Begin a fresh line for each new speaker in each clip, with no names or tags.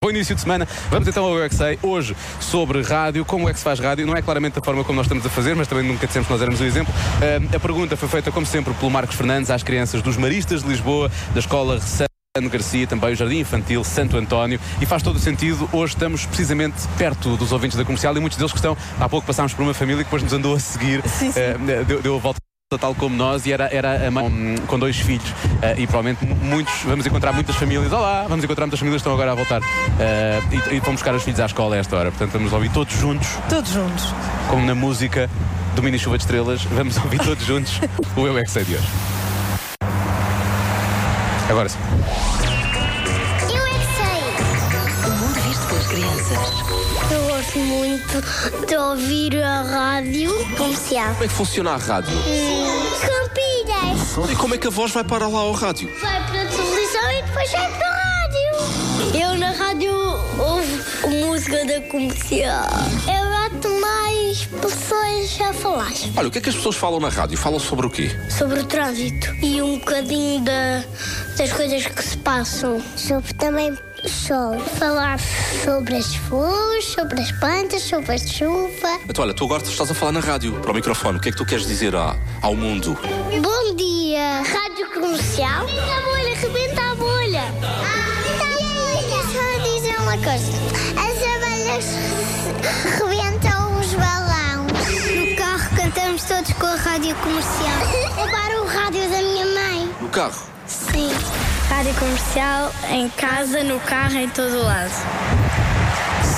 Bom início de semana. Vamos então ao UXA hoje sobre rádio, como é que se faz rádio. Não é claramente da forma como nós estamos a fazer, mas também nunca dissemos que nós éramos o exemplo. Ah, a pergunta foi feita, como sempre, pelo Marcos Fernandes às crianças dos Maristas de Lisboa, da Escola Receita. Ano Garcia, também o Jardim Infantil Santo António, e faz todo o sentido. Hoje estamos precisamente perto dos ouvintes da comercial e muitos deles que estão. Há pouco passámos por uma família que depois nos andou a seguir,
Sim, sim.
eh, deu, deu a volta. Tal como nós, e era, era a mãe hum, com dois filhos, Eh, e provavelmente mu- muitos, vamos encontrar muitas famílias. Olá, vamos encontrar muitas famílias que estão agora a voltar eh, e, e vão buscar os filhos à escola a esta hora. Portanto, vamos ouvir todos juntos,
Todos juntos.
como na música do Mini Chuva de Estrelas, vamos ouvir todos juntos o Eu é que sei de hoje. Agora sim.
Eu é que sei.
O mundo visto pelas crianças.
Eu gosto muito de ouvir a rádio comercial.
Como é que funciona a rádio?
Campinas.
E como é que a voz vai para lá ao rádio?
Vai para a televisão e depois vai para a rádio. Eu na rádio ouvo música da comercial. Eu bato mais pessoas a falar
Olha, o que é que as pessoas falam na rádio? Falam sobre o quê?
sobre o trânsito e um bocadinho da- das coisas que se passam. Sobre também sol. Falar sobre as flores, sobre as plantas, sobre a chuva.
Então, olha, tu agora estás a falar na rádio, para o microfone. O que é que tu queres dizer à- ao mundo?
Bom dia, Rádio Comercial. Rebenta a bolha, rebenta a bolha. Só dizer uma coisa: as abelhas rebentam os balões. No carro cantamos todos com a Rádio Comercial. Agora o rádio da minha mãe.
No carro?
Sim. Rádio Comercial em casa, no carro, em todo lado.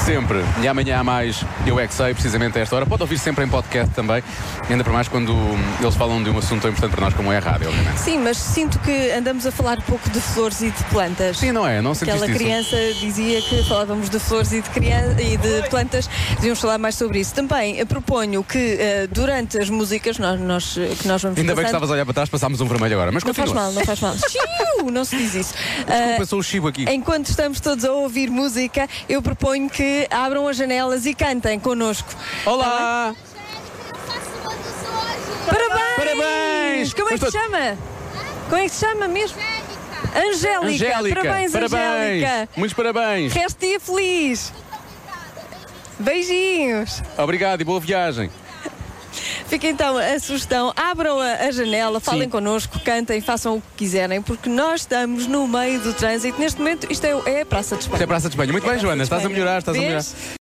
Sempre. E amanhã há mais Eu É Que Sei, precisamente a esta hora. Pode ouvir sempre em podcast também, ainda para mais quando hum, eles falam de um assunto tão importante para nós como é a rádio, obviamente.
Sim, mas sinto que andamos a falar pouco de flores e de plantas.
Sim, não é? Não
Aquela
sentiste isso?
criança dizia que falávamos de flores e de, crian- e de plantas, devíamos falar mais sobre isso. Também eh, proponho que eh, durante as músicas nós, nós, eh, que nós vamos
Ainda bem que
passando-
estavas a olhar para trás, passámos um vermelho agora. Mas
Não faz
continua.
mal, não faz mal. Xiu, não se diz isso. Ah,
Passou o chibo aqui.
Enquanto estamos todos a ouvir música, eu proponho que abram as janelas e cantem connosco. Tá
Olá!
Parabéns!
Parabéns!
Como é que
Mas
se chama? Como é que se chama mesmo? Angélica!
Angélica!
Parabéns, Angélica!
Muitos parabéns!
Resto dia feliz! Beijinhos!
Obrigado e boa viagem.
Fica então a sugestão, abram a, a janela, falem
Sim.
connosco, cantem, façam o que quiserem, porque nós estamos no meio do trânsito. Neste momento, isto é, é a Praça de Espanha.
Até a Praça de Espanha. Muito bem,
Praça de
Joana. Estás a
Espanha.
melhorar, estás a melhorar.
Vês?